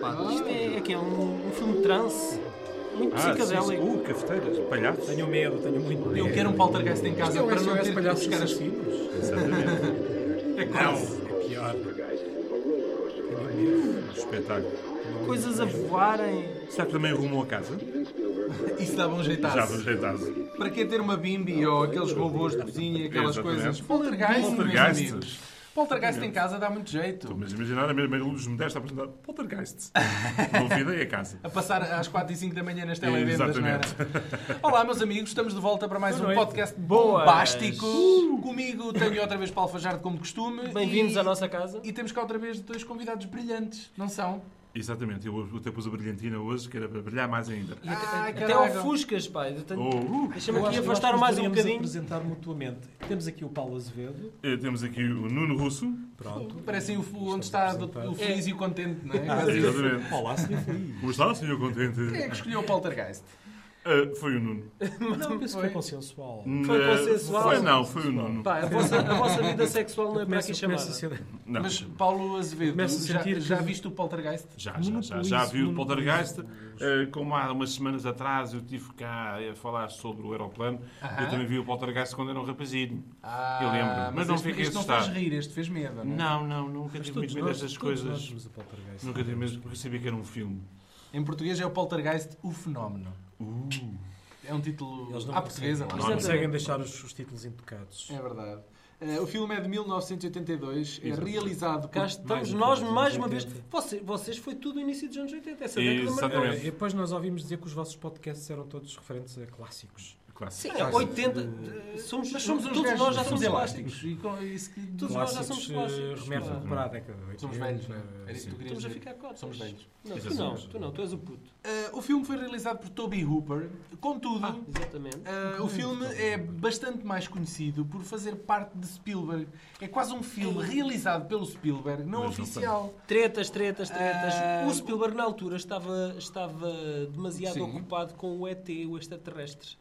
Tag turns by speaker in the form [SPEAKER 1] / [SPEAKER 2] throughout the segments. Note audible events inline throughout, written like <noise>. [SPEAKER 1] pá.
[SPEAKER 2] Ah.
[SPEAKER 1] Isto é, é que é um, um filme trans. Muito
[SPEAKER 3] Ah, sim,
[SPEAKER 1] psicadélico.
[SPEAKER 3] sim. Uh, cafeteiras, palhaços.
[SPEAKER 4] Tenho medo, tenho muito medo.
[SPEAKER 2] Eu quero um poltergeist em casa
[SPEAKER 4] Isto é um
[SPEAKER 2] para não
[SPEAKER 4] SOS
[SPEAKER 2] ter que ir
[SPEAKER 4] palhaços
[SPEAKER 2] buscar as
[SPEAKER 4] assassinos?
[SPEAKER 3] Exatamente.
[SPEAKER 2] É quase.
[SPEAKER 4] Não, é pior.
[SPEAKER 3] Espetáculo.
[SPEAKER 1] Coisas a voarem.
[SPEAKER 3] Será que também arrumou a casa?
[SPEAKER 2] Isso dava um
[SPEAKER 3] Já vou
[SPEAKER 2] jeitaço.
[SPEAKER 3] ajeitar.
[SPEAKER 2] Para que ter uma bimbi ou aqueles robôs de cozinha, aquelas
[SPEAKER 3] Exatamente.
[SPEAKER 2] coisas? Poltergeist, meus amigos.
[SPEAKER 3] Poltergeists.
[SPEAKER 2] Poltergeist em casa dá muito jeito.
[SPEAKER 3] Mas imaginar a Maria Luz Modesto a apresentar <laughs> Poltergeists. Não videi a casa.
[SPEAKER 2] A passar às 4 e 5 da manhã nas
[SPEAKER 3] É,
[SPEAKER 2] televendas, não era? Olá, meus amigos, estamos de volta para mais
[SPEAKER 4] Boa
[SPEAKER 2] um
[SPEAKER 4] noite.
[SPEAKER 2] podcast
[SPEAKER 1] Boas.
[SPEAKER 2] bombástico. Comigo tenho outra vez Paulo Fajardo, como de costume.
[SPEAKER 1] Bem-vindos
[SPEAKER 2] e-
[SPEAKER 1] à nossa casa.
[SPEAKER 2] E temos cá outra vez dois convidados brilhantes, não são?
[SPEAKER 3] <laughs> Exatamente. Eu até pus a brilhantina hoje, que era para brilhar mais ainda.
[SPEAKER 4] Ah,
[SPEAKER 2] Ai,
[SPEAKER 1] Até ao Fuscas, pá. Eu tenho-
[SPEAKER 3] Oh, uh.
[SPEAKER 1] Deixa-me aqui
[SPEAKER 4] Eu acho- eu acho
[SPEAKER 1] afastar
[SPEAKER 4] que
[SPEAKER 1] mais
[SPEAKER 4] nos
[SPEAKER 1] um
[SPEAKER 4] devíamos
[SPEAKER 1] bocadinho.
[SPEAKER 4] apresentar mutuamente. Temos aqui o Paulo Azevedo.
[SPEAKER 3] Eh, Temos aqui o Nuno Russo.
[SPEAKER 4] Pronto.
[SPEAKER 2] Parecem o, fu- onde está do- o feliz e o contente, não é?
[SPEAKER 3] Ah.
[SPEAKER 2] Quase isso.
[SPEAKER 3] Exatamente.
[SPEAKER 4] Olá, senhor Feliz.
[SPEAKER 3] Como está, senhor
[SPEAKER 2] Quem é
[SPEAKER 3] contente?
[SPEAKER 2] que escolheu o Poltergeist?
[SPEAKER 3] Eh, foi o Nuno.
[SPEAKER 4] Não, penso que foi
[SPEAKER 2] Foi.
[SPEAKER 4] consensual.
[SPEAKER 1] Foi
[SPEAKER 3] Eh,
[SPEAKER 1] consensual.
[SPEAKER 3] Foi não, foi o Nuno.
[SPEAKER 1] Pá, a vossa, a vossa vida sexual não é para aqui chamada.
[SPEAKER 4] começa a ser-
[SPEAKER 3] Não.
[SPEAKER 2] Mas Paulo Azevedo,
[SPEAKER 4] Começo a
[SPEAKER 2] já,
[SPEAKER 4] sentir que-
[SPEAKER 2] já viste o Poltergeist?
[SPEAKER 3] Já, já, já, já vi o Poltergeist. eh, como há umas semanas atrás eu estive cá a falar sobre o aeroplano,
[SPEAKER 2] Aham.
[SPEAKER 3] eu também vi o Poltergeist quando era um rapazinho.
[SPEAKER 2] Ah,
[SPEAKER 3] Eu lembro, mas não
[SPEAKER 2] este,
[SPEAKER 3] fiquei
[SPEAKER 2] este não
[SPEAKER 3] assustado.
[SPEAKER 2] fez rir, este fez medo. Não. é?
[SPEAKER 3] Não, não, nunca tive muito
[SPEAKER 4] Todos
[SPEAKER 3] medo
[SPEAKER 4] nós-
[SPEAKER 3] destas
[SPEAKER 4] todos nós
[SPEAKER 3] coisas.
[SPEAKER 4] vimos o Poltergeist.
[SPEAKER 3] Nunca tive medo porque sabia que era um filme.
[SPEAKER 2] Em português é o Poltergeist, o fenómeno.
[SPEAKER 3] Uh,
[SPEAKER 2] É um título
[SPEAKER 4] Eles não
[SPEAKER 2] à portuguesa, lá
[SPEAKER 4] conseguem, eles não
[SPEAKER 2] está.
[SPEAKER 4] conseguem deixar os, os títulos intocados.
[SPEAKER 2] É verdade. Eh, o filme é de 1982, é realizado
[SPEAKER 1] Cá
[SPEAKER 2] por...
[SPEAKER 4] Mais
[SPEAKER 1] estamos
[SPEAKER 4] uma
[SPEAKER 1] nós,
[SPEAKER 4] vez,
[SPEAKER 1] mais uma
[SPEAKER 4] 80.
[SPEAKER 1] vez. Vocês, vocês foi tudo o início dos anos 80. Essa década
[SPEAKER 3] Exatamente.
[SPEAKER 1] marcou.
[SPEAKER 4] E depois nós ouvimos dizer que os vossos podcasts eram todos referentes a clássicos.
[SPEAKER 3] Clássico.
[SPEAKER 1] Sim, é 80. eh, Somos,
[SPEAKER 2] Mas somos uns
[SPEAKER 1] todos
[SPEAKER 2] gajos,
[SPEAKER 1] nós já somos elásticos.
[SPEAKER 2] elásticos. E com isso que...
[SPEAKER 1] Todos nós já somos
[SPEAKER 4] eh,
[SPEAKER 1] clássicos,
[SPEAKER 4] remetem
[SPEAKER 1] claro.
[SPEAKER 4] para a década de 80.
[SPEAKER 2] Somos velhos, não é? Era isso que tu querias
[SPEAKER 1] Estamos a
[SPEAKER 2] dizer.
[SPEAKER 1] ficar cotas.
[SPEAKER 2] Somos velhos.
[SPEAKER 1] Não, tu não, tu não, tu és o puto.
[SPEAKER 2] Eh, o filme foi realizado por Toby Hooper. Contudo,
[SPEAKER 1] Ah, Exatamente.
[SPEAKER 2] eh, o filme é bastante mais conhecido por fazer parte de Spielberg. É quase um filme realizado pelo Spielberg, não
[SPEAKER 3] Mas não
[SPEAKER 2] oficial.
[SPEAKER 1] Tretas, tretas, tretas.
[SPEAKER 2] Ah,
[SPEAKER 1] O Spielberg na altura estava, estava demasiado
[SPEAKER 2] Sim.
[SPEAKER 1] ocupado com o ET, o extraterrestre.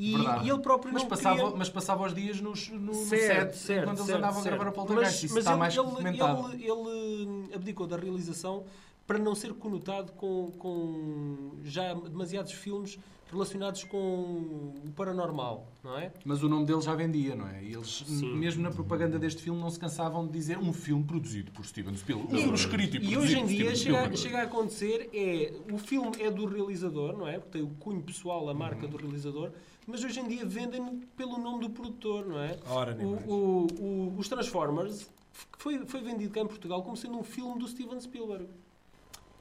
[SPEAKER 1] E,
[SPEAKER 2] Verdade.
[SPEAKER 1] e ele próprio
[SPEAKER 2] Mas
[SPEAKER 1] não
[SPEAKER 2] passava,
[SPEAKER 1] queria...
[SPEAKER 2] mas passava os dias nos, no, no
[SPEAKER 1] Certo,
[SPEAKER 2] set,
[SPEAKER 1] certo,
[SPEAKER 2] quando eles
[SPEAKER 1] certo,
[SPEAKER 2] andavam
[SPEAKER 1] certo.
[SPEAKER 2] a gravar o Poltergeist.
[SPEAKER 1] Mas,
[SPEAKER 2] Isso
[SPEAKER 1] mas
[SPEAKER 2] está
[SPEAKER 1] ele,
[SPEAKER 2] mais que documentado.
[SPEAKER 1] ele, ele, ele abdicou da realização para não ser conotado com, com já demasiados filmes relacionados com o paranormal, não é?
[SPEAKER 2] Mas o nome dele já vendia, não é? E eles,
[SPEAKER 1] Sim.
[SPEAKER 2] mesmo na propaganda deste filme, não se cansavam de dizer um filme produzido por Steven Spielberg. Um filme escrito e
[SPEAKER 1] E
[SPEAKER 2] produzido
[SPEAKER 1] hoje em
[SPEAKER 2] por
[SPEAKER 1] dia
[SPEAKER 2] Steven
[SPEAKER 1] chega,
[SPEAKER 2] Spielberg.
[SPEAKER 1] chega a acontecer é o filme é do realizador, não é? Porque tem o cunho pessoal, a marca
[SPEAKER 2] Uhum.
[SPEAKER 1] do realizador, mas hoje em dia vendem pelo nome do produtor, não é?
[SPEAKER 2] Ah,
[SPEAKER 4] Ora, nem
[SPEAKER 1] o,
[SPEAKER 4] mais.
[SPEAKER 1] o- o- os Transformers f- foi, foi vendido cá em Portugal como sendo um filme do Steven Spielberg.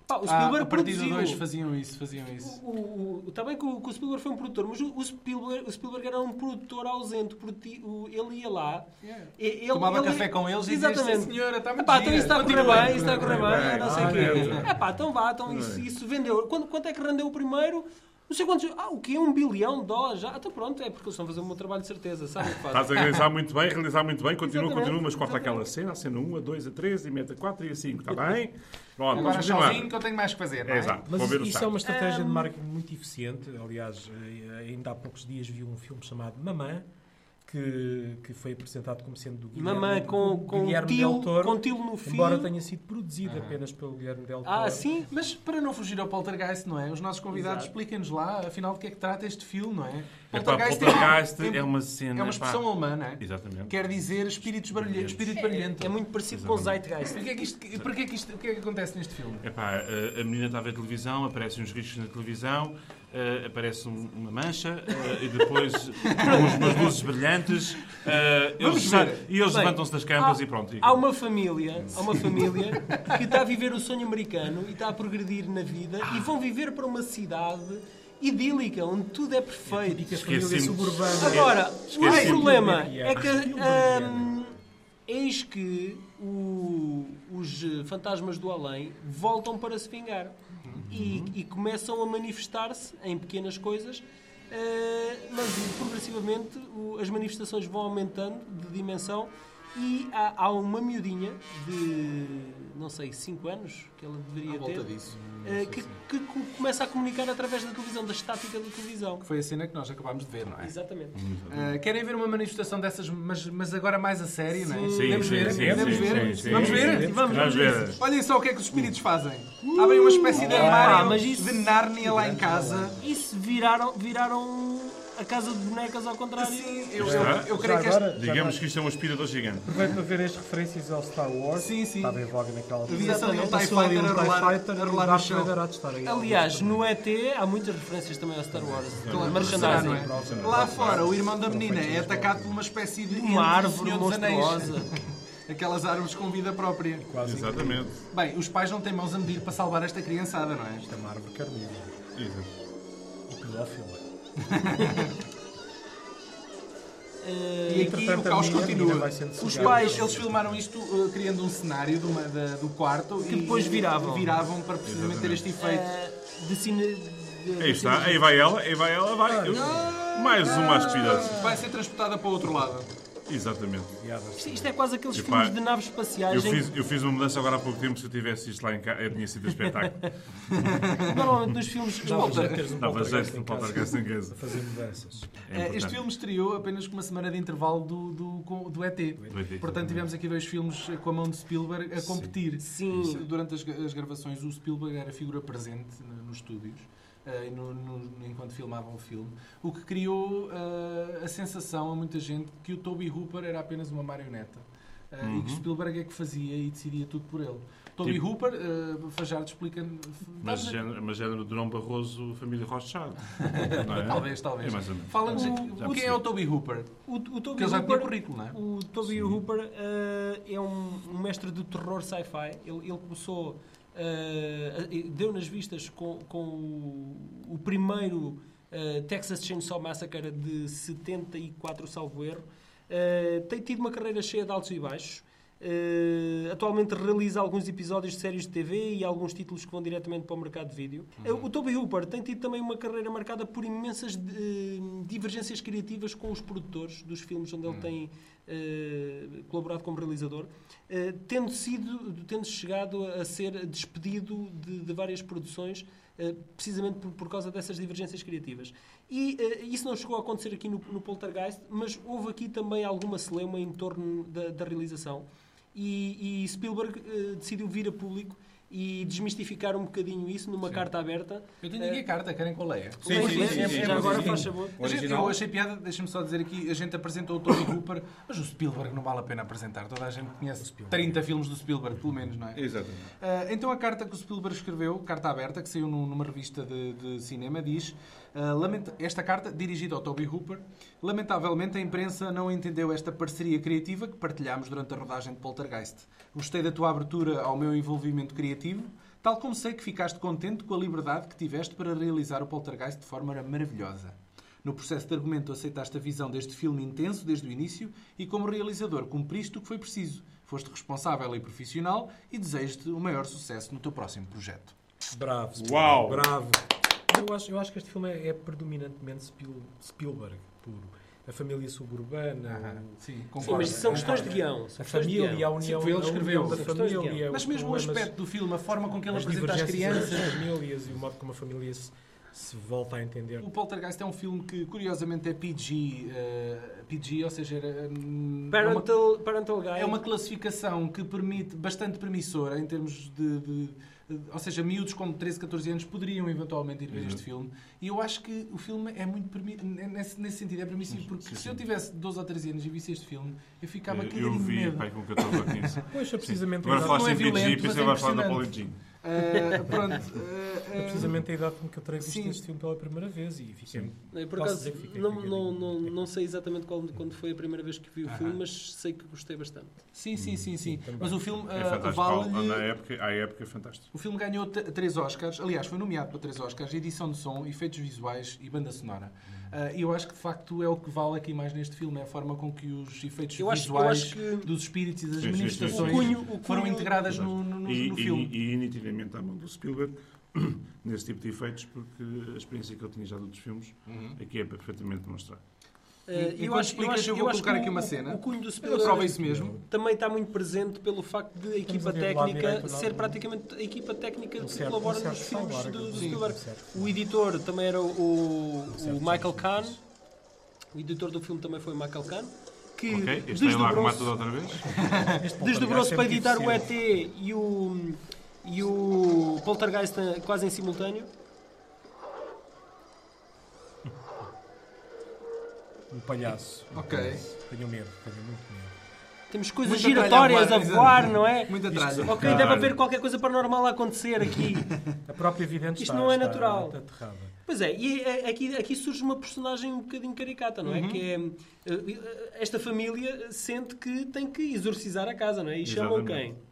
[SPEAKER 1] Pá, o
[SPEAKER 2] Ah,
[SPEAKER 1] Spielberg
[SPEAKER 2] a partir de
[SPEAKER 1] produziu.
[SPEAKER 2] dois faziam isso, faziam isso.
[SPEAKER 1] O- o- o- Está bem que o, que o Spielberg foi um produtor, mas o, o Spielberg, o Spielberg era um produtor ausente. Produti, o- ele ia lá.
[SPEAKER 2] Yeah.
[SPEAKER 1] e- ele-
[SPEAKER 2] Tomava
[SPEAKER 1] ele-
[SPEAKER 2] café com eles e dizia,
[SPEAKER 1] Exatamente.
[SPEAKER 2] "Sim, senhora, está muito
[SPEAKER 1] Epá, então
[SPEAKER 2] gira.
[SPEAKER 1] isso está a correr
[SPEAKER 2] Continua."
[SPEAKER 1] bem, isso está a correr bem,
[SPEAKER 3] bem,
[SPEAKER 1] não sei o
[SPEAKER 3] ah,
[SPEAKER 1] quê.
[SPEAKER 3] é.
[SPEAKER 1] Epá, então vá, então isso, isso vendeu. Quanto, quanto é que rendeu o primeiro? Não sei quantos. Ah, o quê? Um bilhão de dólares? Ah, então pronto, é porque eles estão a fazer o meu trabalho de certeza, sabe o que fazem?
[SPEAKER 3] Estás a realizar muito bem, realizar muito bem, continua,
[SPEAKER 1] Exatamente,
[SPEAKER 3] continua, mas corta
[SPEAKER 1] exatamente.
[SPEAKER 3] aquela cena, a cena 1, a 2, a 3, e mete a 4 e a 5, está bem? Pronto,
[SPEAKER 2] Agora
[SPEAKER 3] vamos continuar.
[SPEAKER 2] sozinho que eu tenho mais que fazer, não
[SPEAKER 3] É,
[SPEAKER 2] é?
[SPEAKER 3] exato,
[SPEAKER 4] Mas
[SPEAKER 3] vou ver
[SPEAKER 4] isso,
[SPEAKER 3] o
[SPEAKER 4] isso é uma
[SPEAKER 3] site.
[SPEAKER 4] estratégia de marketing muito eficiente. Aliás, eh, ainda há poucos dias vi um filme chamado Mamã, que, que foi apresentado como sendo do Guilherme,
[SPEAKER 1] Mamã com, com, um
[SPEAKER 4] Guilherme
[SPEAKER 1] til,
[SPEAKER 4] Del Toro,
[SPEAKER 1] com til no fim.
[SPEAKER 4] embora tenha sido produzido apenas pelo Guilherme Del Toro.
[SPEAKER 1] Ah, sim?
[SPEAKER 2] Mas para não fugir ao Poltergeist, não é? Os nossos convidados
[SPEAKER 1] Exato.
[SPEAKER 2] expliquem-nos lá, afinal, de que é que trata este filme, não é?
[SPEAKER 3] É pá, Poltergeist é uma cena.
[SPEAKER 2] é uma
[SPEAKER 3] pá.
[SPEAKER 2] expressão alemã, não é?
[SPEAKER 3] Exatamente.
[SPEAKER 2] Quer dizer espíritos barulhentos, espírito barulhento.
[SPEAKER 1] É muito parecido com Zeitgeist.
[SPEAKER 2] O que é que isto, para que é que isto, o que é que acontece neste filme?
[SPEAKER 3] Epá, a, a menina está a ver televisão, aparecem uns riscos na televisão, eh, aparece um- uma mancha eh, e depois uns, umas luzes brilhantes eh,
[SPEAKER 2] Vamos
[SPEAKER 3] eles,
[SPEAKER 2] ver.
[SPEAKER 3] e eles
[SPEAKER 1] Bem,
[SPEAKER 3] levantam-se das campas e pronto. e-
[SPEAKER 1] Há uma família, há uma família que está a viver o sonho americano e está a progredir na vida e vão viver para uma cidade idílica, onde tudo é perfeito.
[SPEAKER 4] Típica família
[SPEAKER 3] Esqueci-me.
[SPEAKER 4] suburbana.
[SPEAKER 1] Agora,
[SPEAKER 3] Esqueci-me.
[SPEAKER 1] o problema
[SPEAKER 4] Esqueci-me.
[SPEAKER 1] é que
[SPEAKER 4] Esqueci-me.
[SPEAKER 1] hum, eis que o- os eh, fantasmas do além voltam para se vingar e, e começam a manifestar-se em pequenas coisas, eh, mas progressivamente o- as manifestações vão aumentando de dimensão E há, há uma miudinha de, não sei, 5 anos, que ela
[SPEAKER 2] à
[SPEAKER 1] deveria
[SPEAKER 2] volta
[SPEAKER 1] ter,
[SPEAKER 2] disso.
[SPEAKER 1] eh, que, que co- começa a comunicar através da televisão, da estática da televisão.
[SPEAKER 2] Que foi a cena que nós acabámos de ver, não é?
[SPEAKER 1] Exatamente.
[SPEAKER 2] Ah, querem ver uma manifestação dessas, mas, mas agora mais a sério, não é?
[SPEAKER 3] Sim,
[SPEAKER 2] Podemos
[SPEAKER 3] sim,
[SPEAKER 2] ver?
[SPEAKER 3] sim,
[SPEAKER 2] Podemos
[SPEAKER 3] sim,
[SPEAKER 2] ver?
[SPEAKER 3] sim, sim.
[SPEAKER 2] Vamos ver?
[SPEAKER 3] Sim.
[SPEAKER 2] Vamos,
[SPEAKER 3] Vamos ver.
[SPEAKER 2] Olhem só o que é que os espíritos fazem. Abrem uma espécie de armário
[SPEAKER 1] Ah, mas isso- é
[SPEAKER 2] de Nárnia lá em casa.
[SPEAKER 1] E se viraram, viraram a casa de bonecas ao contrário?
[SPEAKER 2] Sim, eu, eu,
[SPEAKER 3] Já?
[SPEAKER 2] eu
[SPEAKER 4] Já
[SPEAKER 2] creio que esta...
[SPEAKER 4] agora, já
[SPEAKER 3] Digamos
[SPEAKER 4] agora,
[SPEAKER 3] que isto é um aspirador gigante.
[SPEAKER 4] aproveito para ver as referências ao Star Wars.
[SPEAKER 2] Sim, sim.
[SPEAKER 4] Estava em voga naquela altura.
[SPEAKER 2] Havia só ali um
[SPEAKER 4] Exatamente,
[SPEAKER 2] TIE
[SPEAKER 4] só ali
[SPEAKER 2] Fighter a rolar-
[SPEAKER 4] TIE Fighter
[SPEAKER 2] a rolar
[SPEAKER 4] e o
[SPEAKER 2] no
[SPEAKER 4] Darth
[SPEAKER 2] chão.
[SPEAKER 4] Vader a testar aí.
[SPEAKER 1] Aliás, no ET há muitas referências também ao Star Wars.
[SPEAKER 2] Claro, será,
[SPEAKER 1] merchandising.
[SPEAKER 2] não é? Lá fora, o irmão da menina é atacado por uma espécie de um
[SPEAKER 1] Uma árvore
[SPEAKER 2] Senhor dos Anéis.
[SPEAKER 1] monstruosa.
[SPEAKER 2] Aquelas árvores com vida própria.
[SPEAKER 4] Quase
[SPEAKER 3] Exatamente.
[SPEAKER 2] Bem, os pais não têm mãos a medir para salvar esta criançada, não é?
[SPEAKER 4] Isto é uma árvore carnívora.
[SPEAKER 3] Exato.
[SPEAKER 4] E
[SPEAKER 2] <laughs>
[SPEAKER 4] pedófila.
[SPEAKER 2] E aqui o
[SPEAKER 4] Entretanto, a
[SPEAKER 2] caos
[SPEAKER 4] menina- a menina
[SPEAKER 2] continua.
[SPEAKER 4] vai sendo
[SPEAKER 2] Os
[SPEAKER 4] sugada.
[SPEAKER 2] pais, eles filmaram isto uh, criando um cenário de uma- da- do quarto
[SPEAKER 1] Que depois viravam.
[SPEAKER 2] viravam para precisamente ter este efeito.
[SPEAKER 1] de cine... de-
[SPEAKER 3] Aí está, aí vai ela, aí vai ela, vai. Mais uma aspirante.
[SPEAKER 2] Vai ser transportada para o outro lado.
[SPEAKER 3] Exatamente.
[SPEAKER 4] Piadas.
[SPEAKER 1] Isto, isto é quase aqueles
[SPEAKER 3] Epá,
[SPEAKER 1] filmes de naves espaciais
[SPEAKER 3] Eu
[SPEAKER 1] em que
[SPEAKER 3] fiz, eu fiz uma mudança agora há pouco tempo. Se eu tivesse isto lá em casa, eu tinha sido um espetáculo.
[SPEAKER 1] normalmente nos filmes... é
[SPEAKER 4] Dava
[SPEAKER 2] eh,
[SPEAKER 4] jeito de teres um
[SPEAKER 3] Dava
[SPEAKER 4] poltergeist
[SPEAKER 3] jeito no
[SPEAKER 4] em casa
[SPEAKER 3] poltergeist em casa.
[SPEAKER 4] a fazer mudanças.
[SPEAKER 3] É
[SPEAKER 2] Eh, este
[SPEAKER 3] importante.
[SPEAKER 2] filme estreou apenas com uma semana de intervalo do, do, com- do ET.
[SPEAKER 3] ET,
[SPEAKER 2] Portanto, tivemos aqui dois filmes eh, com a mão de Spielberg a competir.
[SPEAKER 1] Sim.
[SPEAKER 2] Durante as, gra- as gravações, o Spielberg era figura presente no- nos estúdios, eh, no- no- enquanto filmavam o filme, o que criou eh, a sensação a muita gente que o Toby Hooper era apenas uma marioneta. eh, E que Spielberg é que fazia e decidia tudo por ele. Toby
[SPEAKER 3] Uhum. Tipo-
[SPEAKER 2] Hooper, eh, Fajardo explica-me.
[SPEAKER 3] Mas género, mas género Durão Barroso, família Rothschild. Não é?
[SPEAKER 2] <laughs> Talvez, talvez.
[SPEAKER 3] É mais ou menos.
[SPEAKER 2] Fala-nos
[SPEAKER 3] Já
[SPEAKER 2] aqui,
[SPEAKER 3] percebi.
[SPEAKER 2] quem é o Toby Hooper?
[SPEAKER 1] O, o Toby
[SPEAKER 2] Porque ele já tinha
[SPEAKER 1] Hooper,
[SPEAKER 2] currículo, não é?
[SPEAKER 1] o Toby Hooper eh, é um, um mestre do terror sci-fi. Ele, ele começou... eh, eh, deu nas vistas com, com o, o primeiro eh, Texas Chainsaw Massacre de 74, salvo erro. Eh, tem tido uma carreira cheia de altos e baixos. Eh, atualmente realiza alguns episódios de séries de TV e alguns títulos que vão diretamente para o mercado de vídeo. Eh, O Toby Hooper tem tido também uma carreira marcada por imensas eh, divergências criativas com os produtores dos filmes onde ele tem eh, colaborado como realizador, eh, tendo, sido, tendo chegado a ser despedido de, de várias produções eh, precisamente por, por causa dessas divergências criativas. E eh, isso não chegou a acontecer aqui no, no Poltergeist, mas houve aqui também alguma celeuma em torno da, da realização. E, e Spielberg eh, decidiu vir a público e desmistificar um bocadinho isso numa carta aberta.
[SPEAKER 2] Eu tenho aqui a carta, querem qual é?
[SPEAKER 1] Leia,
[SPEAKER 4] sim,
[SPEAKER 1] leia,
[SPEAKER 4] sim,
[SPEAKER 1] já
[SPEAKER 4] sim,
[SPEAKER 1] agora
[SPEAKER 4] sim.
[SPEAKER 1] faz favor.
[SPEAKER 2] A gente-
[SPEAKER 4] Original.
[SPEAKER 2] eu achei piada, deixa-me só dizer aqui, a gente apresentou o Toby Hooper, mas o Spielberg não vale a pena apresentar, toda a gente conhece 30 filmes do Spielberg, pelo menos, não é?
[SPEAKER 3] Exatamente.
[SPEAKER 2] Ah, então a carta que o Spielberg escreveu, carta aberta, que saiu num- numa revista de, de cinema, diz ah, "Lamenta- esta carta, dirigida ao Toby Hooper, lamentavelmente a imprensa não entendeu esta parceria criativa que partilhámos durante a rodagem de Poltergeist. Gostei da tua abertura ao meu envolvimento criativo, tal como sei que ficaste contente com a liberdade que tiveste para realizar o Poltergeist de forma maravilhosa. No processo de argumento, aceitaste a visão deste filme intenso desde o início e, como realizador, cumpriste o que foi preciso. Foste responsável e profissional e desejo-te o maior sucesso no teu próximo projeto.
[SPEAKER 4] Bravo. Spielberg,
[SPEAKER 3] Uau.
[SPEAKER 4] Bravo. Eu acho, eu acho que este filme é, é predominantemente Spiel- Spielberg puro. A família suburbana, o-
[SPEAKER 2] Sim,
[SPEAKER 1] Sim, mas são questões de guião. são
[SPEAKER 4] a
[SPEAKER 1] questões de guião.
[SPEAKER 4] família, a união,
[SPEAKER 2] Sim, foi ele que
[SPEAKER 4] a
[SPEAKER 2] escreveu.
[SPEAKER 4] união da
[SPEAKER 2] Sim,
[SPEAKER 1] questões de
[SPEAKER 4] família.
[SPEAKER 2] Mas
[SPEAKER 4] os
[SPEAKER 2] mesmo o
[SPEAKER 4] problemas,
[SPEAKER 2] aspecto do filme, a forma com que ele
[SPEAKER 4] as
[SPEAKER 2] apresenta as
[SPEAKER 4] divergências
[SPEAKER 2] crianças.
[SPEAKER 4] das famílias e o modo como a família se, se volta a entender.
[SPEAKER 2] O Poltergeist é um filme que, curiosamente, é PG, eh, PG ou seja, era, hum, é uma-
[SPEAKER 1] Parental, parental Guide.
[SPEAKER 2] É uma classificação que permite, bastante permissora em termos de. de- de- ou seja, miúdos com 13, 14 anos poderiam eventualmente ir ver
[SPEAKER 3] Uhum.
[SPEAKER 2] este filme. E eu acho que o filme é muito permi- nesse, nesse sentido é permissivo, porque se eu tivesse 12 ou 13 anos e visse este filme, eu ficava
[SPEAKER 3] Eu
[SPEAKER 2] cagadinho de
[SPEAKER 3] vi,
[SPEAKER 2] medo.
[SPEAKER 3] pai, com 14
[SPEAKER 2] <laughs>
[SPEAKER 3] ou 15.
[SPEAKER 4] Pois é precisamente a
[SPEAKER 3] Agora
[SPEAKER 2] Não
[SPEAKER 4] idade,
[SPEAKER 3] falaste
[SPEAKER 2] é
[SPEAKER 3] em PG,
[SPEAKER 2] violento, mas
[SPEAKER 3] pensei
[SPEAKER 2] é
[SPEAKER 3] que falar da Pauli
[SPEAKER 2] impressionante.
[SPEAKER 3] Jean.
[SPEAKER 2] Ah, pronto. ah,
[SPEAKER 4] é
[SPEAKER 2] ah,
[SPEAKER 4] precisamente a idade com que eu terei visto
[SPEAKER 2] Sim.
[SPEAKER 4] este filme pela primeira vez e fiquei
[SPEAKER 1] Eu, Por
[SPEAKER 4] Posso
[SPEAKER 1] acaso,
[SPEAKER 4] dizer que um fiquei
[SPEAKER 1] não,
[SPEAKER 4] com
[SPEAKER 1] não,
[SPEAKER 4] aquele-
[SPEAKER 1] não, não sei exatamente qual- quando foi a primeira vez que vi o filme, mas sei que gostei bastante.
[SPEAKER 2] sim, sim, sim, sim.
[SPEAKER 4] também.
[SPEAKER 2] Mas o filme
[SPEAKER 3] É
[SPEAKER 2] ah,
[SPEAKER 3] fantástico.
[SPEAKER 2] vale-lhe.
[SPEAKER 3] Na época, à época é fantástico.
[SPEAKER 2] O filme ganhou t- três Oscars, aliás, foi nomeado para três Oscars: edição de som, efeitos visuais e banda sonora. Ah, E eu acho que de facto é o que vale aqui mais neste filme: é a forma com que os efeitos
[SPEAKER 1] Eu acho- eu
[SPEAKER 2] visuais
[SPEAKER 1] acho que-
[SPEAKER 2] dos espíritos e das
[SPEAKER 3] Sim, sim, sim,
[SPEAKER 2] manifestações
[SPEAKER 3] sim. O
[SPEAKER 1] cunho- o
[SPEAKER 2] foram
[SPEAKER 1] cunho-
[SPEAKER 2] integradas no, no- no-
[SPEAKER 3] E,
[SPEAKER 2] no
[SPEAKER 3] e,
[SPEAKER 2] filme.
[SPEAKER 3] e nitidamente à mão do Spielberg, <coughs>
[SPEAKER 2] Uhum.
[SPEAKER 3] nesse tipo de efeitos, porque a experiência que eu tinha já de outros filmes, aqui é perfeitamente demonstrada.
[SPEAKER 1] eh,
[SPEAKER 2] E- enquanto explicas, eu vou colocar
[SPEAKER 1] que
[SPEAKER 2] aqui
[SPEAKER 1] o-
[SPEAKER 2] uma
[SPEAKER 1] o-
[SPEAKER 2] cena.
[SPEAKER 1] O cunho do
[SPEAKER 2] Ele aprova
[SPEAKER 1] Spilberg
[SPEAKER 2] isso mesmo.
[SPEAKER 1] também está muito presente pelo facto de a equipa
[SPEAKER 4] a ver do lado direito,
[SPEAKER 1] técnica
[SPEAKER 4] do lado
[SPEAKER 1] ser
[SPEAKER 4] direito.
[SPEAKER 1] praticamente a equipa técnica
[SPEAKER 4] Um
[SPEAKER 1] que
[SPEAKER 4] certo-
[SPEAKER 1] colabora
[SPEAKER 4] um certo
[SPEAKER 1] nos filmes
[SPEAKER 4] Spielberg,
[SPEAKER 1] do, do
[SPEAKER 4] sim,
[SPEAKER 1] Spielberg.
[SPEAKER 4] um certo-
[SPEAKER 1] O editor também era o, o
[SPEAKER 4] certo
[SPEAKER 1] Michael
[SPEAKER 4] Spielberg.
[SPEAKER 1] Kahn. O editor do filme também foi o Michael Kahn. Que
[SPEAKER 3] Ok, este é o arrumar
[SPEAKER 1] desdobrou-se
[SPEAKER 3] tudo outra vez.
[SPEAKER 4] Este ponto, aliás,
[SPEAKER 1] desdobrou-se
[SPEAKER 4] é
[SPEAKER 1] para
[SPEAKER 4] muito
[SPEAKER 1] editar o ET
[SPEAKER 4] eficiente.
[SPEAKER 1] e o, e o Poltergeist eh, quase em simultâneo.
[SPEAKER 4] Um palhaço. Um
[SPEAKER 2] Ok.
[SPEAKER 4] palhaço. Tenho medo, tenho muito medo.
[SPEAKER 1] Temos coisas
[SPEAKER 2] Muita
[SPEAKER 1] giratórias
[SPEAKER 2] tralha
[SPEAKER 1] a
[SPEAKER 2] voar,
[SPEAKER 1] voar,
[SPEAKER 2] exato.
[SPEAKER 1] não é?
[SPEAKER 2] Muita
[SPEAKER 1] Isto-
[SPEAKER 2] tralha.
[SPEAKER 1] Ok, deve haver qualquer coisa paranormal a acontecer aqui.
[SPEAKER 4] A própria vidente
[SPEAKER 1] Isto
[SPEAKER 4] está,
[SPEAKER 1] não é
[SPEAKER 4] está
[SPEAKER 1] natural.
[SPEAKER 4] aterrada.
[SPEAKER 1] Pois é, e é- aqui, aqui surge uma personagem um bocadinho caricata, não é?
[SPEAKER 3] Uhum.
[SPEAKER 1] Que é. eh, Esta família sente que tem que exorcizar a casa, não é? E chamam quem?
[SPEAKER 3] Exatamente.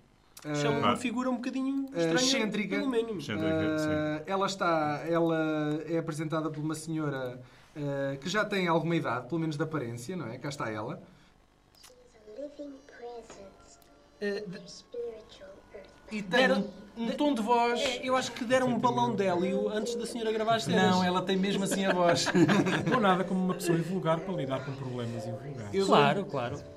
[SPEAKER 2] Eh,
[SPEAKER 1] Chamam
[SPEAKER 3] Ah.
[SPEAKER 1] uma figura um bocadinho estranha,
[SPEAKER 2] Ah, excêntrica.
[SPEAKER 1] pelo mínimo.
[SPEAKER 3] Sim, obrigado, sim.
[SPEAKER 2] Ah, ela está, ela é apresentada por uma senhora ah, que já tem alguma idade, pelo menos de aparência, não é? Cá está ela.
[SPEAKER 5] a living presence
[SPEAKER 1] Eh,
[SPEAKER 5] of your spiritual earth.
[SPEAKER 2] E tem
[SPEAKER 1] Deram-
[SPEAKER 2] um tom de voz.
[SPEAKER 1] é, eu acho que deram um balão dela e o- antes da senhora gravar as cenas.
[SPEAKER 2] Não, ela tem mesmo assim a voz.
[SPEAKER 4] Não há nada como uma pessoa invulgar para lidar com problemas invulgares.
[SPEAKER 2] Eu-
[SPEAKER 1] Claro, claro.
[SPEAKER 2] <laughs>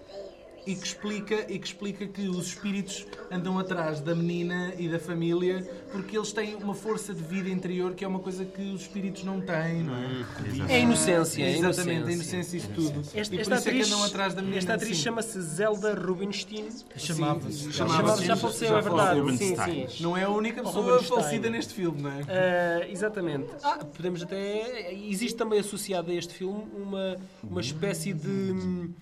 [SPEAKER 2] e que explica e que explica que os espíritos andam atrás da menina e da família porque eles têm uma força de vida interior que é uma coisa que os espíritos não têm, não é?
[SPEAKER 1] É a inocência, é a
[SPEAKER 2] Exatamente, a
[SPEAKER 1] inocência.
[SPEAKER 2] inocência e isso tudo. e
[SPEAKER 1] Esta,
[SPEAKER 2] por
[SPEAKER 1] esta
[SPEAKER 2] isso é
[SPEAKER 1] atriz,
[SPEAKER 2] que andam atrás da menina.
[SPEAKER 1] esta atriz
[SPEAKER 2] sim.
[SPEAKER 1] chama-se Zelda Rubinstein.
[SPEAKER 4] Chamava-se.
[SPEAKER 2] Chamava-se-
[SPEAKER 1] já faleceu,
[SPEAKER 2] já
[SPEAKER 1] é verdade. Sim,
[SPEAKER 3] Rubinstein.
[SPEAKER 1] sim.
[SPEAKER 2] Não é a única pessoa
[SPEAKER 1] Rubinstein.
[SPEAKER 2] falecida neste filme, não é?
[SPEAKER 1] Ah, exatamente. Ah, podemos até. Existe também associada a este filme uma, uma espécie de hum,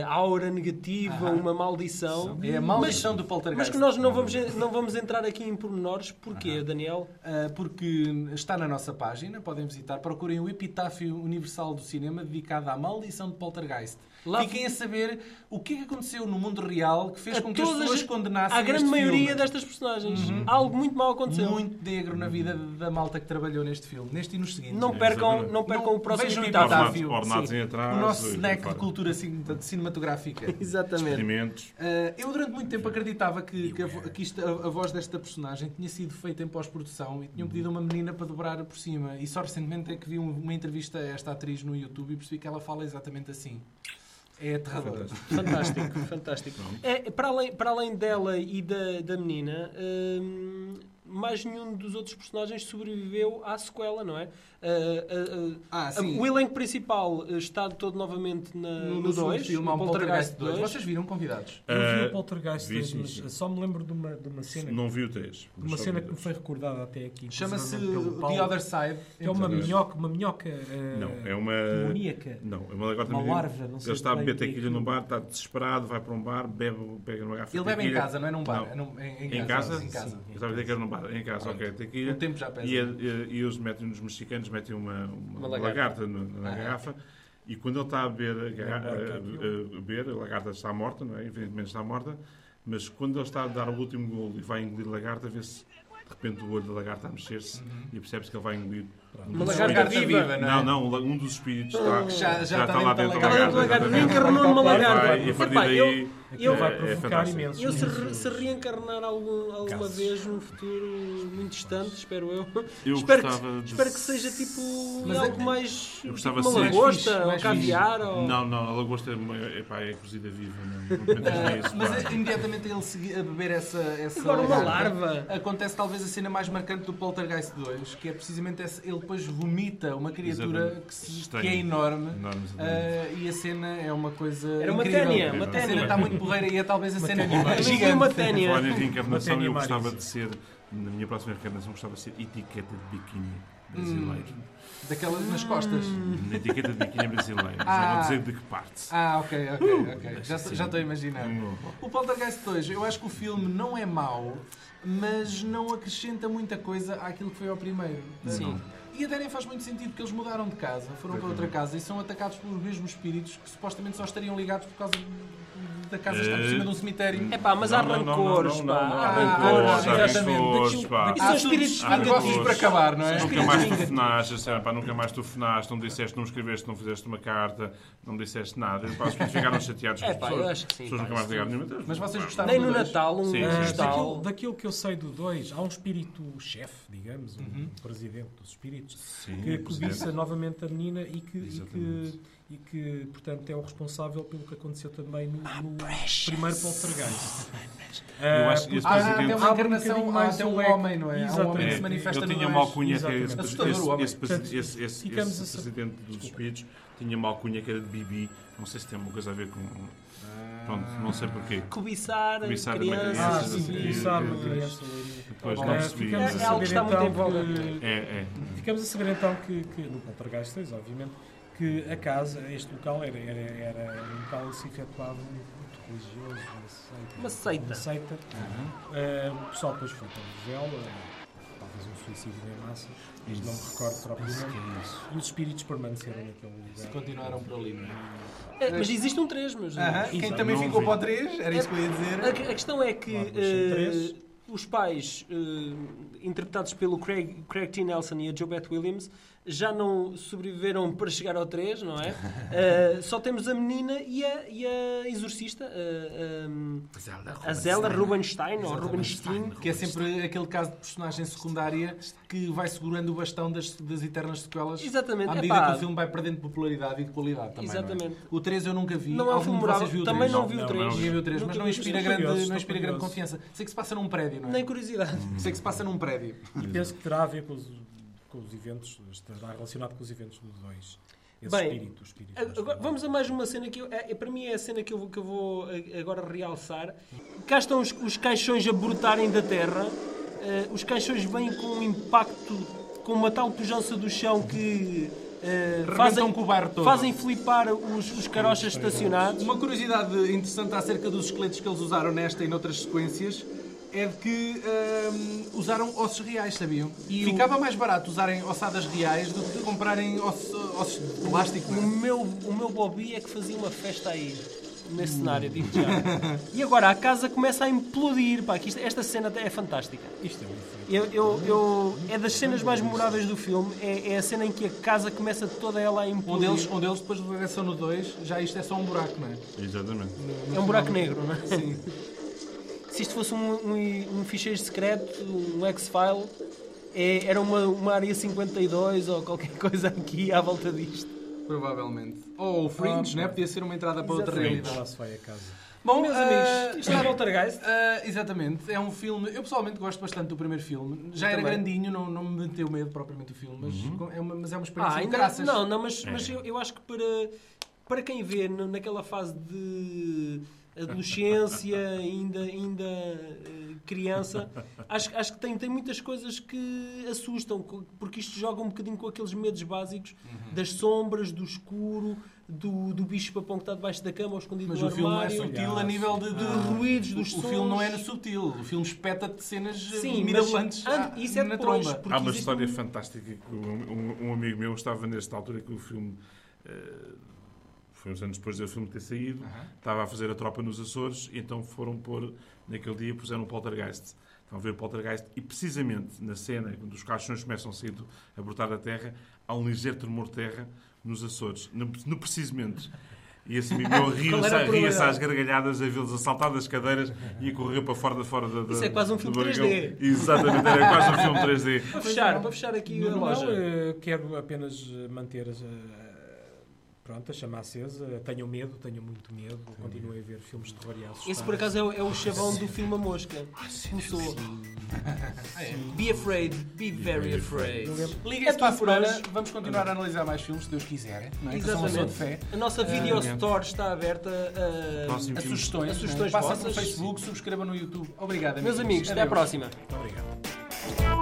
[SPEAKER 1] ah, aura negativa, uma maldição.
[SPEAKER 2] É a maldição do poltergeist.
[SPEAKER 1] Mas que nós não vamos, não vamos entrar aqui em pormenores. Porquê, Daniel?
[SPEAKER 2] Ah, porque está na nossa página, podem visitar. Procurem o Epitáfio Universal do Cinema dedicado à maldição de Poltergeist.
[SPEAKER 1] Lá-
[SPEAKER 2] Fiquem a saber o que é que aconteceu no mundo real que fez
[SPEAKER 1] A
[SPEAKER 2] com que as
[SPEAKER 1] todas-
[SPEAKER 2] pessoas condenassem
[SPEAKER 1] à grande
[SPEAKER 2] este
[SPEAKER 1] maioria
[SPEAKER 2] filme. Uhum.
[SPEAKER 1] destas personagens. Algo muito mal aconteceu.
[SPEAKER 2] Muito negro na vida da malta que trabalhou neste filme, neste e nos seguintes.
[SPEAKER 1] Não percam,
[SPEAKER 3] Exatamente.
[SPEAKER 1] não percam
[SPEAKER 2] Não-
[SPEAKER 1] o próximo
[SPEAKER 2] vejam então. o
[SPEAKER 1] epitáfio.
[SPEAKER 2] Epitáfio.
[SPEAKER 3] Ornados
[SPEAKER 1] Sim.
[SPEAKER 3] em
[SPEAKER 2] Ah, O
[SPEAKER 3] atrás.
[SPEAKER 2] nosso
[SPEAKER 3] e
[SPEAKER 2] snack
[SPEAKER 3] fora.
[SPEAKER 2] de cultura cin- cinematográfica.
[SPEAKER 1] Exatamente.
[SPEAKER 3] Experimentos.
[SPEAKER 2] Ah, eu durante muito tempo acreditava que, que a,
[SPEAKER 3] é?
[SPEAKER 2] vo- que isto- a- a voz desta personagem tinha sido feita em pós-produção e
[SPEAKER 3] Uhum.
[SPEAKER 2] tinham pedido uma menina para dobrar por cima. E só recentemente é que vi um- uma entrevista a esta atriz no YouTube e percebi que ela fala exatamente assim. É aterrador.
[SPEAKER 1] Fantástico, <laughs> fantástico. É, para, além, para além dela e da, da menina, hum, mais nenhum dos outros personagens sobreviveu à sequela, não é? Ah, ah, <laughs> ah,
[SPEAKER 2] Ah, sim.
[SPEAKER 1] o elenco principal eh, está todo novamente na,
[SPEAKER 2] No,
[SPEAKER 1] no
[SPEAKER 2] no
[SPEAKER 1] 2,
[SPEAKER 2] segundo filme há um Poltergeist 2. Vocês viram convidados?
[SPEAKER 4] Eu vi
[SPEAKER 3] Ah,
[SPEAKER 4] o Poltergeist,
[SPEAKER 3] vi,
[SPEAKER 4] dois,
[SPEAKER 3] sim,
[SPEAKER 4] mas
[SPEAKER 3] sim.
[SPEAKER 4] só me lembro de uma, de uma cena,
[SPEAKER 3] Não vi o 3.
[SPEAKER 4] de uma cena que me foi recordada até aqui.
[SPEAKER 2] Chama-se
[SPEAKER 4] inclusivamente, pelo
[SPEAKER 2] The
[SPEAKER 4] Paulo,
[SPEAKER 2] Other Side.
[SPEAKER 4] que é uma
[SPEAKER 3] Exatamente.
[SPEAKER 4] minhoca, uma minhoca. eh,
[SPEAKER 3] Não, é uma.
[SPEAKER 4] Demoníaca.
[SPEAKER 3] Não, é uma lagarta
[SPEAKER 4] Uma
[SPEAKER 3] menina.
[SPEAKER 4] larva, não sei
[SPEAKER 3] Ele está a
[SPEAKER 4] bem
[SPEAKER 3] beber
[SPEAKER 4] o que é
[SPEAKER 3] tequilha num
[SPEAKER 4] aquilo.
[SPEAKER 3] bar, está desesperado, vai para um bar, bebe, pega numa garrafa.
[SPEAKER 2] Ele bebe em
[SPEAKER 3] tequila.
[SPEAKER 2] casa, não é num bar.
[SPEAKER 3] Não.
[SPEAKER 2] É num- em,
[SPEAKER 3] Em casa?
[SPEAKER 2] Em casa.
[SPEAKER 3] Eu estava a dizer que era num bar. Em casa, ok. Tequila.
[SPEAKER 2] O tempo já pesa.
[SPEAKER 3] E, é e, e eles metem, os mexicanos metem uma, uma,
[SPEAKER 1] Uma lagarta.
[SPEAKER 3] lagarta, na, na
[SPEAKER 2] Ah.
[SPEAKER 3] garrafa. E quando ele está a beber, a, garra-
[SPEAKER 4] Lembrar que
[SPEAKER 3] a-
[SPEAKER 4] aquilo-
[SPEAKER 3] a- a beber, a lagarta está morta, não é? Evidentemente está morta. Mas quando ele está a dar o último golo e vai engolir a lagarta, vê-se de repente o olho da lagarta a mexer-se e percebe-se que ele vai engolir. um
[SPEAKER 1] Uma
[SPEAKER 3] dos
[SPEAKER 1] lagarta
[SPEAKER 3] espíritos.
[SPEAKER 1] viva,
[SPEAKER 3] não, não, um la- um dos espíritos está,
[SPEAKER 2] Já- já está
[SPEAKER 3] lá dentro
[SPEAKER 2] dentro da
[SPEAKER 3] da lagarta.
[SPEAKER 1] lagarta.
[SPEAKER 3] exatamente.
[SPEAKER 1] Reencarnou numa
[SPEAKER 3] Vai,
[SPEAKER 1] lagarta.
[SPEAKER 3] E a partir
[SPEAKER 1] Epá, eu-
[SPEAKER 3] daí
[SPEAKER 4] Aquilo
[SPEAKER 3] é-
[SPEAKER 4] vai
[SPEAKER 3] é
[SPEAKER 4] provocar
[SPEAKER 3] fantástico.
[SPEAKER 4] imenso.
[SPEAKER 1] Eu se, re- se reencarnar algum- alguma
[SPEAKER 4] Casos.
[SPEAKER 1] vez num futuro muito distante, espero eu.
[SPEAKER 3] Eu
[SPEAKER 1] espero,
[SPEAKER 3] gostava
[SPEAKER 1] que,
[SPEAKER 3] de-
[SPEAKER 1] espero que seja tipo
[SPEAKER 2] Mas é-
[SPEAKER 1] algo mais
[SPEAKER 3] Eu
[SPEAKER 1] tipo
[SPEAKER 3] gostava
[SPEAKER 1] uma
[SPEAKER 3] de ser-
[SPEAKER 1] lagosta, ou
[SPEAKER 2] Mais fixe, mais fixe.
[SPEAKER 1] caviar, ou
[SPEAKER 3] Não, não, a lagosta é, uma- epá, é cozida viva, não, não metas nisso.
[SPEAKER 2] Mas
[SPEAKER 3] pá.
[SPEAKER 2] é, imediatamente ele segui- a beber essa, essa
[SPEAKER 1] agora uma
[SPEAKER 2] lagarta.
[SPEAKER 3] É
[SPEAKER 1] larva.
[SPEAKER 2] Acontece talvez a cena mais marcante do Poltergeist 2, que é precisamente essa. Ele depois vomita uma criatura
[SPEAKER 3] Exatamente.
[SPEAKER 2] que, se-
[SPEAKER 3] Estranho.
[SPEAKER 2] que é enorme.
[SPEAKER 3] Enorme,
[SPEAKER 4] Eh,
[SPEAKER 3] exatamente.
[SPEAKER 2] Ah, e a cena é uma coisa.
[SPEAKER 1] Era uma
[SPEAKER 2] incrível.
[SPEAKER 1] ténia,
[SPEAKER 3] uma
[SPEAKER 2] A
[SPEAKER 3] ténia.
[SPEAKER 2] cena está muito porreira e é talvez a cena
[SPEAKER 4] ténia.
[SPEAKER 1] Também
[SPEAKER 2] gigante.
[SPEAKER 1] foi uma
[SPEAKER 4] é.
[SPEAKER 3] Falar em
[SPEAKER 1] ténia.
[SPEAKER 3] reencarnação, eu
[SPEAKER 4] Uma ténia
[SPEAKER 3] gostava
[SPEAKER 4] Marisa.
[SPEAKER 3] de ser, na minha próxima reencarnação, gostava de ser etiqueta de biquíni brasileiro.
[SPEAKER 2] Daquelas nas costas.
[SPEAKER 4] Hum.
[SPEAKER 3] Na etiqueta de biquíni brasileiro. Já
[SPEAKER 2] Ah.
[SPEAKER 3] vou dizer de que parte.
[SPEAKER 2] Ah, ok, ok, ok. Já
[SPEAKER 3] sim.
[SPEAKER 2] já estou a imaginar.
[SPEAKER 4] Ah.
[SPEAKER 3] Hum.
[SPEAKER 2] assim, O Poltergeist 2, eu acho que o filme não é mau, mas não acrescenta muita coisa àquilo que foi ao primeiro.
[SPEAKER 1] Sim.
[SPEAKER 2] E até nem faz muito sentido, porque eles mudaram de casa, foram para outra casa e são atacados pelos mesmos espíritos que supostamente só estariam ligados por causa da casa estar por cima de um cemitério.
[SPEAKER 1] É pá, mas há
[SPEAKER 3] Não, não, não,
[SPEAKER 1] rancores,
[SPEAKER 3] não, não, não, não,
[SPEAKER 1] pá. Há
[SPEAKER 2] não,
[SPEAKER 1] rancores,
[SPEAKER 2] não, não,
[SPEAKER 1] exatamente.
[SPEAKER 3] rancores,
[SPEAKER 1] Daqui-
[SPEAKER 3] pá.
[SPEAKER 1] daqui
[SPEAKER 2] Há
[SPEAKER 1] são
[SPEAKER 2] assuntos-
[SPEAKER 1] espíritos
[SPEAKER 2] há negócios
[SPEAKER 1] vingativos.
[SPEAKER 2] para acabar, não é?
[SPEAKER 3] Nunca mais telefonaste, assim, pá, nunca mais telefonaste, não me disseste, não me escreveste, não fizeste uma carta, não me disseste nada. Pá, As pessoas ficaram chateadas com
[SPEAKER 1] É,
[SPEAKER 3] as
[SPEAKER 1] pá, eu
[SPEAKER 3] pessoas.
[SPEAKER 1] acho que sim,
[SPEAKER 3] As pessoas
[SPEAKER 1] pá,
[SPEAKER 3] nunca mais
[SPEAKER 1] isso
[SPEAKER 3] ligaram nenhuma.
[SPEAKER 2] Mas vocês
[SPEAKER 3] Pá,
[SPEAKER 2] gostaram
[SPEAKER 1] Nem
[SPEAKER 2] do
[SPEAKER 1] no
[SPEAKER 2] dois?
[SPEAKER 1] Natal, um
[SPEAKER 3] Sim,
[SPEAKER 4] Ah,
[SPEAKER 3] sim, sim.
[SPEAKER 1] postal.
[SPEAKER 4] daquilo, daquilo que eu sei do 2, há um espírito-chefe, digamos, um presidente dos espíritos,
[SPEAKER 3] Sim,
[SPEAKER 4] que
[SPEAKER 3] presidente.
[SPEAKER 4] cobiça novamente a menina e que, e que,
[SPEAKER 3] Exatamente.
[SPEAKER 4] e que, portanto, é o responsável pelo que aconteceu também no,
[SPEAKER 1] Ah,
[SPEAKER 4] no primeiro Poltergeist.
[SPEAKER 3] Eu acho que esse
[SPEAKER 4] Ah,
[SPEAKER 3] presidente-
[SPEAKER 4] até
[SPEAKER 2] uma
[SPEAKER 4] Há um
[SPEAKER 2] encarnação,
[SPEAKER 4] bocadinho
[SPEAKER 2] há
[SPEAKER 4] mais
[SPEAKER 2] até um
[SPEAKER 4] leque.
[SPEAKER 2] homem, não é? um Há um homem que
[SPEAKER 4] Exatamente.
[SPEAKER 2] se manifesta
[SPEAKER 3] eu
[SPEAKER 2] no
[SPEAKER 3] tinha
[SPEAKER 2] Oeste.
[SPEAKER 3] uma alcunha que era esse,
[SPEAKER 4] Exatamente.
[SPEAKER 2] Assustador
[SPEAKER 3] esse-
[SPEAKER 2] o homem.
[SPEAKER 3] esse presi- esse- esse-
[SPEAKER 4] ficamos
[SPEAKER 3] esse
[SPEAKER 4] a saber.
[SPEAKER 3] presidente dos espíritos tinha uma alcunha que era de Bibi. Não sei se tem alguma coisa a ver com. Pronto, não sei porquê.
[SPEAKER 2] Ah.
[SPEAKER 1] Cobiçar,
[SPEAKER 3] Cobiçar uma
[SPEAKER 1] criança.
[SPEAKER 3] criança,
[SPEAKER 4] Ah,
[SPEAKER 3] sim,
[SPEAKER 4] sim,
[SPEAKER 3] sim.
[SPEAKER 4] isso há uma criança loirinha.
[SPEAKER 3] Depois
[SPEAKER 2] Bom,
[SPEAKER 3] não
[SPEAKER 4] Ah,
[SPEAKER 3] percebi.
[SPEAKER 4] ficamos
[SPEAKER 1] É
[SPEAKER 4] a
[SPEAKER 3] mas-
[SPEAKER 1] algo
[SPEAKER 4] saber
[SPEAKER 1] que está muito
[SPEAKER 4] então
[SPEAKER 1] em voga.
[SPEAKER 4] que-
[SPEAKER 3] É, é.
[SPEAKER 4] Ficamos a saber então que, que no Poltergeist 3, obviamente, que a casa, este local, era, era, era um local onde se efetuava um culto religioso, uma
[SPEAKER 1] Uma
[SPEAKER 4] seita.
[SPEAKER 1] seita.
[SPEAKER 4] seita. Ah, o pessoal depois foi para o véu, ah, talvez um suicídio em massa, mas não me recordo
[SPEAKER 1] é
[SPEAKER 4] propriamente. E os espíritos permaneceram naquele lugar.
[SPEAKER 2] Continuaram por ali, não é?
[SPEAKER 1] É, mas existe um 3, meus amigos.
[SPEAKER 2] Aham, Quem
[SPEAKER 4] Exato,
[SPEAKER 2] também
[SPEAKER 3] não
[SPEAKER 2] ficou
[SPEAKER 3] vi.
[SPEAKER 2] para o 3, era isso que eu ia dizer.
[SPEAKER 1] A, que- a questão é que
[SPEAKER 4] Lá dois são
[SPEAKER 1] eh,
[SPEAKER 4] três.
[SPEAKER 1] os pais, eh, interpretados pelo Craig, Craig T. Nelson e a Joe Beth Williams, já não sobreviveram para chegar ao 3,
[SPEAKER 3] <laughs>
[SPEAKER 1] não é? Eh, só temos a menina e a, e a exorcista, eh, ehm, a Zelda Rubenstein, ou Rubenstein.
[SPEAKER 2] Que é sempre aquele caso de personagem secundária que vai segurando o bastão das, das eternas sequelas
[SPEAKER 1] Exatamente,
[SPEAKER 2] à
[SPEAKER 1] é
[SPEAKER 2] medida
[SPEAKER 1] pá.
[SPEAKER 2] que o filme vai perdendo popularidade e de qualidade também. não é?
[SPEAKER 1] Exatamente.
[SPEAKER 2] O 3 eu nunca vi.
[SPEAKER 1] Não é um
[SPEAKER 2] Algum
[SPEAKER 1] filme
[SPEAKER 2] de
[SPEAKER 1] moral,
[SPEAKER 2] vocês viu o
[SPEAKER 1] também
[SPEAKER 2] 3?
[SPEAKER 1] não vi o
[SPEAKER 3] Não,
[SPEAKER 1] 3.
[SPEAKER 3] não
[SPEAKER 2] Ninguém viu o 3, mas
[SPEAKER 1] Nunca
[SPEAKER 2] não
[SPEAKER 1] vi.
[SPEAKER 2] inspira,
[SPEAKER 4] Estou
[SPEAKER 2] grande,
[SPEAKER 4] curioso,
[SPEAKER 2] não
[SPEAKER 4] estou
[SPEAKER 2] inspira grande
[SPEAKER 4] curioso.
[SPEAKER 2] confiança. Sei que se passa num prédio, não é?
[SPEAKER 1] Nem curiosidade.
[SPEAKER 2] <laughs> Sei que se passa num prédio.
[SPEAKER 4] E penso que terá a ver com os, com os eventos, estará relacionado com os eventos do 2. Esse
[SPEAKER 1] Bem,
[SPEAKER 4] espírito, o espírito.
[SPEAKER 1] Agora, vamos a mais uma cena que eu, é, é, para mim é a cena que eu, vou- que eu vou eh, agora realçar. Cá estão os, os caixões a brotarem da terra. Eh, os caixões vêm com um impacto, com uma tal pujança do chão que eh,
[SPEAKER 2] Rebentam
[SPEAKER 1] fazem,
[SPEAKER 2] com o barro todo.
[SPEAKER 1] fazem flipar os, os carochas estacionados.
[SPEAKER 2] Uma curiosidade interessante acerca dos esqueletos que eles usaram nesta e noutras sequências é de que hum, usaram ossos reais, sabiam? E Ficava mais barato usarem ossadas reais do que comprarem ossos, ossos de plástico.
[SPEAKER 1] O
[SPEAKER 2] não é?
[SPEAKER 1] meu, o meu Bobby é que fazia uma festa aí, nesse
[SPEAKER 2] Hum.
[SPEAKER 1] cenário, digo
[SPEAKER 2] <laughs>
[SPEAKER 1] já. E agora a casa começa a implodir. Pá, que isto- esta cena é fantástica.
[SPEAKER 4] Isto é um efeito.
[SPEAKER 1] Eu, eu- eu- é das cenas mais memoráveis do filme. É, é a cena em que a casa começa toda ela a
[SPEAKER 2] Onde
[SPEAKER 1] implodir.
[SPEAKER 2] eles, onde eles um depois da versão no 2, já isto é só um buraco, não é?
[SPEAKER 3] Exatamente.
[SPEAKER 1] É um buraco negro, não é?
[SPEAKER 2] Sim.
[SPEAKER 1] <laughs> Se isto fosse um, um, um ficheiro secreto, um X-File, é- era uma, uma área 52 ou qualquer <laughs> coisa aqui à volta disto.
[SPEAKER 2] Provavelmente. Ou o Fringe, né? Podia ser uma entrada para outra
[SPEAKER 1] Ah, Exatamente.
[SPEAKER 2] realidade.
[SPEAKER 4] Lá se vai a casa.
[SPEAKER 2] Bom,
[SPEAKER 1] Meus
[SPEAKER 2] ah,
[SPEAKER 1] amigos, isto é Poltergeist.
[SPEAKER 2] ah, exatamente, é um filme. Eu pessoalmente gosto bastante do primeiro filme. Já era
[SPEAKER 1] também.
[SPEAKER 2] grandinho, não, não me meteu medo propriamente o filme, mas, é, uma, mas é uma
[SPEAKER 1] Ah,
[SPEAKER 2] experiência de
[SPEAKER 1] ainda
[SPEAKER 2] graças. É.
[SPEAKER 1] não, não, mas, mas eu, eu acho que para, para quem vê no- naquela fase de
[SPEAKER 2] <laughs>
[SPEAKER 1] adolescência, ainda, ainda eh, criança, acho, acho que tem, tem muitas coisas que assustam, co- porque isto joga um bocadinho com aqueles medos básicos
[SPEAKER 2] Uhum.
[SPEAKER 1] das sombras, do escuro, do, do bicho papão que está debaixo da cama ou escondido
[SPEAKER 2] Mas
[SPEAKER 1] no
[SPEAKER 2] o filme não é
[SPEAKER 1] armário.
[SPEAKER 2] sutil a
[SPEAKER 4] Ah,
[SPEAKER 2] nível de, de
[SPEAKER 1] ah.
[SPEAKER 2] ruídos dos
[SPEAKER 1] O
[SPEAKER 2] sons.
[SPEAKER 1] filme não é
[SPEAKER 2] sutil. O filme espeta de cenas eh,
[SPEAKER 1] Sim, mas antes- isso é depois, porque
[SPEAKER 3] Há uma
[SPEAKER 1] existe
[SPEAKER 3] história
[SPEAKER 1] um-
[SPEAKER 3] fantástica que um, um- um amigo meu estava nesta altura que o filme. eh, foi uns anos depois do filme ter saído, estava a fazer a tropa nos Açores e então foram pôr, naquele dia, puseram um poltergeist. Estão a ver o poltergeist e precisamente na cena, quando os caixões começam a sair, do- a brotar da terra, há um ligeiro tremor de terra nos Açores, no, no precisamente. E esse amigo meu
[SPEAKER 1] <laughs> Qual
[SPEAKER 3] ria-se
[SPEAKER 1] era a
[SPEAKER 3] ria-se
[SPEAKER 1] probabilidade?
[SPEAKER 3] às gargalhadas, a vê-los assaltar das cadeiras e a correr para fora, da- fora da, da-
[SPEAKER 1] Isso é quase um
[SPEAKER 3] do
[SPEAKER 1] filme
[SPEAKER 3] barrigão.
[SPEAKER 1] 3D.
[SPEAKER 3] Exatamente, era quase um filme
[SPEAKER 1] <laughs>
[SPEAKER 3] 3D.
[SPEAKER 1] Para
[SPEAKER 2] é,
[SPEAKER 1] fechar, para fechar aqui
[SPEAKER 4] Não,
[SPEAKER 1] a loja.
[SPEAKER 4] não, eh, quero apenas eh, manter eh, pronto, a chama acesa. Tenham medo, tenham muito medo. Continuem a ver filmes de terror e a assustar.
[SPEAKER 1] Esse por acaso é o, é o chavão do filme A Mosca.
[SPEAKER 2] Ah,
[SPEAKER 1] Começou. <laughs> Ah, é. Be afraid, be very afraid.
[SPEAKER 2] Liguem-se
[SPEAKER 1] É
[SPEAKER 2] para a
[SPEAKER 1] tudo por
[SPEAKER 2] semana.
[SPEAKER 1] hoje.
[SPEAKER 2] Vamos continuar a analisar mais filmes, se Deus quiser. Não é? Que são uma pessoa de fé. Ah,
[SPEAKER 1] Exatamente. A nossa video store está aberta a.
[SPEAKER 3] Próximo
[SPEAKER 2] A
[SPEAKER 3] filme.
[SPEAKER 2] sugestões.
[SPEAKER 1] A
[SPEAKER 2] não é?
[SPEAKER 1] sugestões
[SPEAKER 2] Passem
[SPEAKER 1] vossas.
[SPEAKER 2] pelo Facebook, subscrevam no YouTube. Obrigado,
[SPEAKER 1] Meus amigos, até à
[SPEAKER 2] Adeus.
[SPEAKER 1] próxima.
[SPEAKER 4] Muito obrigado.